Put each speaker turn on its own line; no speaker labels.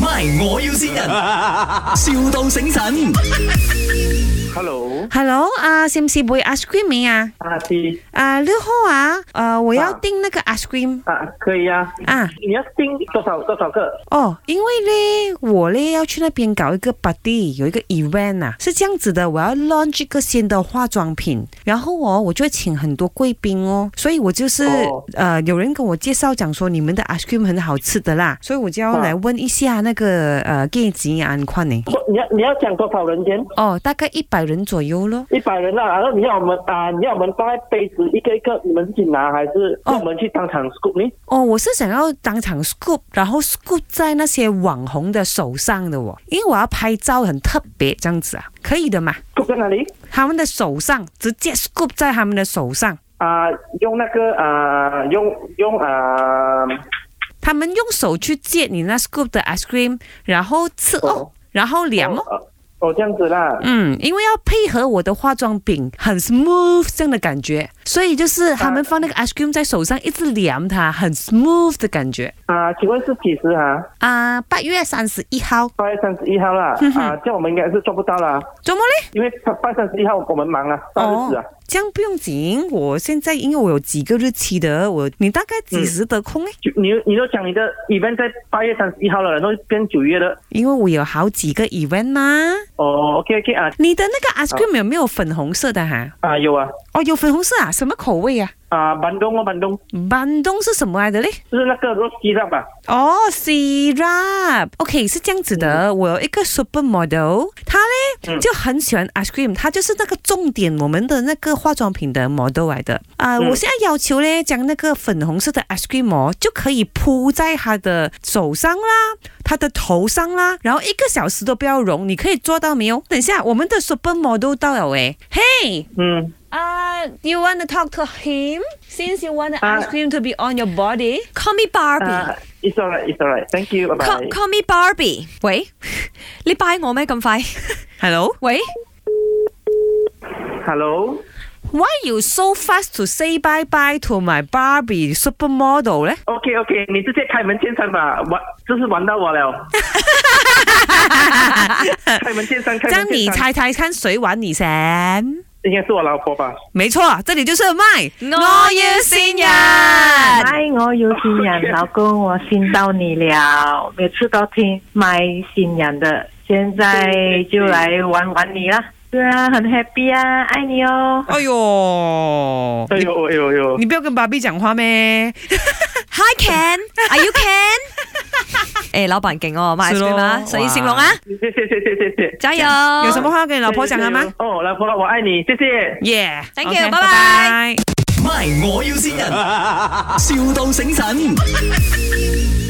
MY，我要先人，, 笑到醒神。
Hello，
Hello 啊、是不是会 ice cream 没啊？
阿弟
啊、六号啊，呃，我要订那个 ice cream
啊，可以啊。
啊。
你要订多少多少个？
哦，因为嘞，我嘞要去那边搞一个 party，有一个 event 啊，是这样子的，我要 launch 一个新的化妆品，然后哦，我就会请很多贵宾哦，所以我就是、
哦
呃，有人跟我介绍讲说你们的 ice cream 很好吃的啦，所以我就要
啊
来问一下那个呃 gay 级安宽呢。
你要你要讲多少人先？
哦，大概一百人左右咯。
一百人啊，然后你要我们啊，你要我们大概杯子一个一个，你们自己拿还是
哦
要我们去当场 scoop 呢？
哦，我是想要当场 scoop，然后 scoop 在那些网红的手上的哦，因为我要拍照很特别这样子啊，可以的嘛？
scoop 在哪里？
他们的手上直接 scoop 在他们的手上，
啊，用那个啊，用用啊，
他们用手去接你那 scoop 的 ice cream，然后吃哦
哦，
然后量哦。
哦哦这样子啦。
嗯，因为要配合我的化妆品，很 smooth 这样的感觉，所以就是他们放那个 ice cream 在手上，一直量它，很 smooth 的感觉。
啊，请问是几时啊？
啊，八月三十一号，
八月三十一号啦。
嗯
啊，这样我们应该是做不到啦，
周末嘞？
因为八月三十一号我们忙啊，大日子啊。，
哦这样不用紧。我现在因为我有几个日期的，我你大概几时得空呢？
就你你都讲你的 event 在八月三十一号了，然后变九月了。
因为我有好几个 event 嘛。
哦，OK OK 啊
你的那个 ice cream 有没有粉红色的哈？
啊有啊
哦，有粉红色啊，什么口味啊？
啊，板东哦板东，
板东是什么来的嘞？
就是那个 rose 鸡蛋吧？
哦，syrup。OK，是这样子的，我有一个 supermodel，她嘞
嗯
就很喜欢 ice cream，她就是那个重点我们的那个化妆品的 model 来的。啊、
嗯
我现在要求嘞，将那个粉红色的 ice cream 哦，就可以铺在她的手上啦，她的头上啦，然后一个小时都不要融，你可以做到没有？等一下，我们的 supermodel 到了诶，嘿。
嗯
Uh, do you want to talk to him since you want the
Uh,
ice cream to be on your body?
Call me Barbie、
啊，it's alright it's alright，thank you，拜
call
拜。
call me Barbie。喂， 你拜我咩咁快？
Hello?
喂，
Hello，
Why you so fast to say bye bye to my Barbie supermodel 咧？
OK OK，你直接开门见山吧，玩就是玩到我 了。开门见山，开
将
门
你
见山，
猜猜看谁玩你先？
应该是我老婆吧？
没错，这里就是麦，
我要先人。
嗨，哎我有新人，老公，我信到你了，每次都听买新人的，现在就来玩玩你啦。对啊，很 happy 啊，爱你哦。
哎呦，
哎呦哎呦哎呦
你不要跟 Barbie 讲话咩？
Hi Ken，Are you Ken？诶、老板劲哦，卖 ice
是咯
cream 啊，所以成龙啊，
谢谢谢谢谢谢。
加油！
有什么话要跟你老婆讲啊吗？
哦，老婆，我爱你，谢谢。
耶
Thank you，
OK，
拜拜
MY，我要先人，,笑到醒神。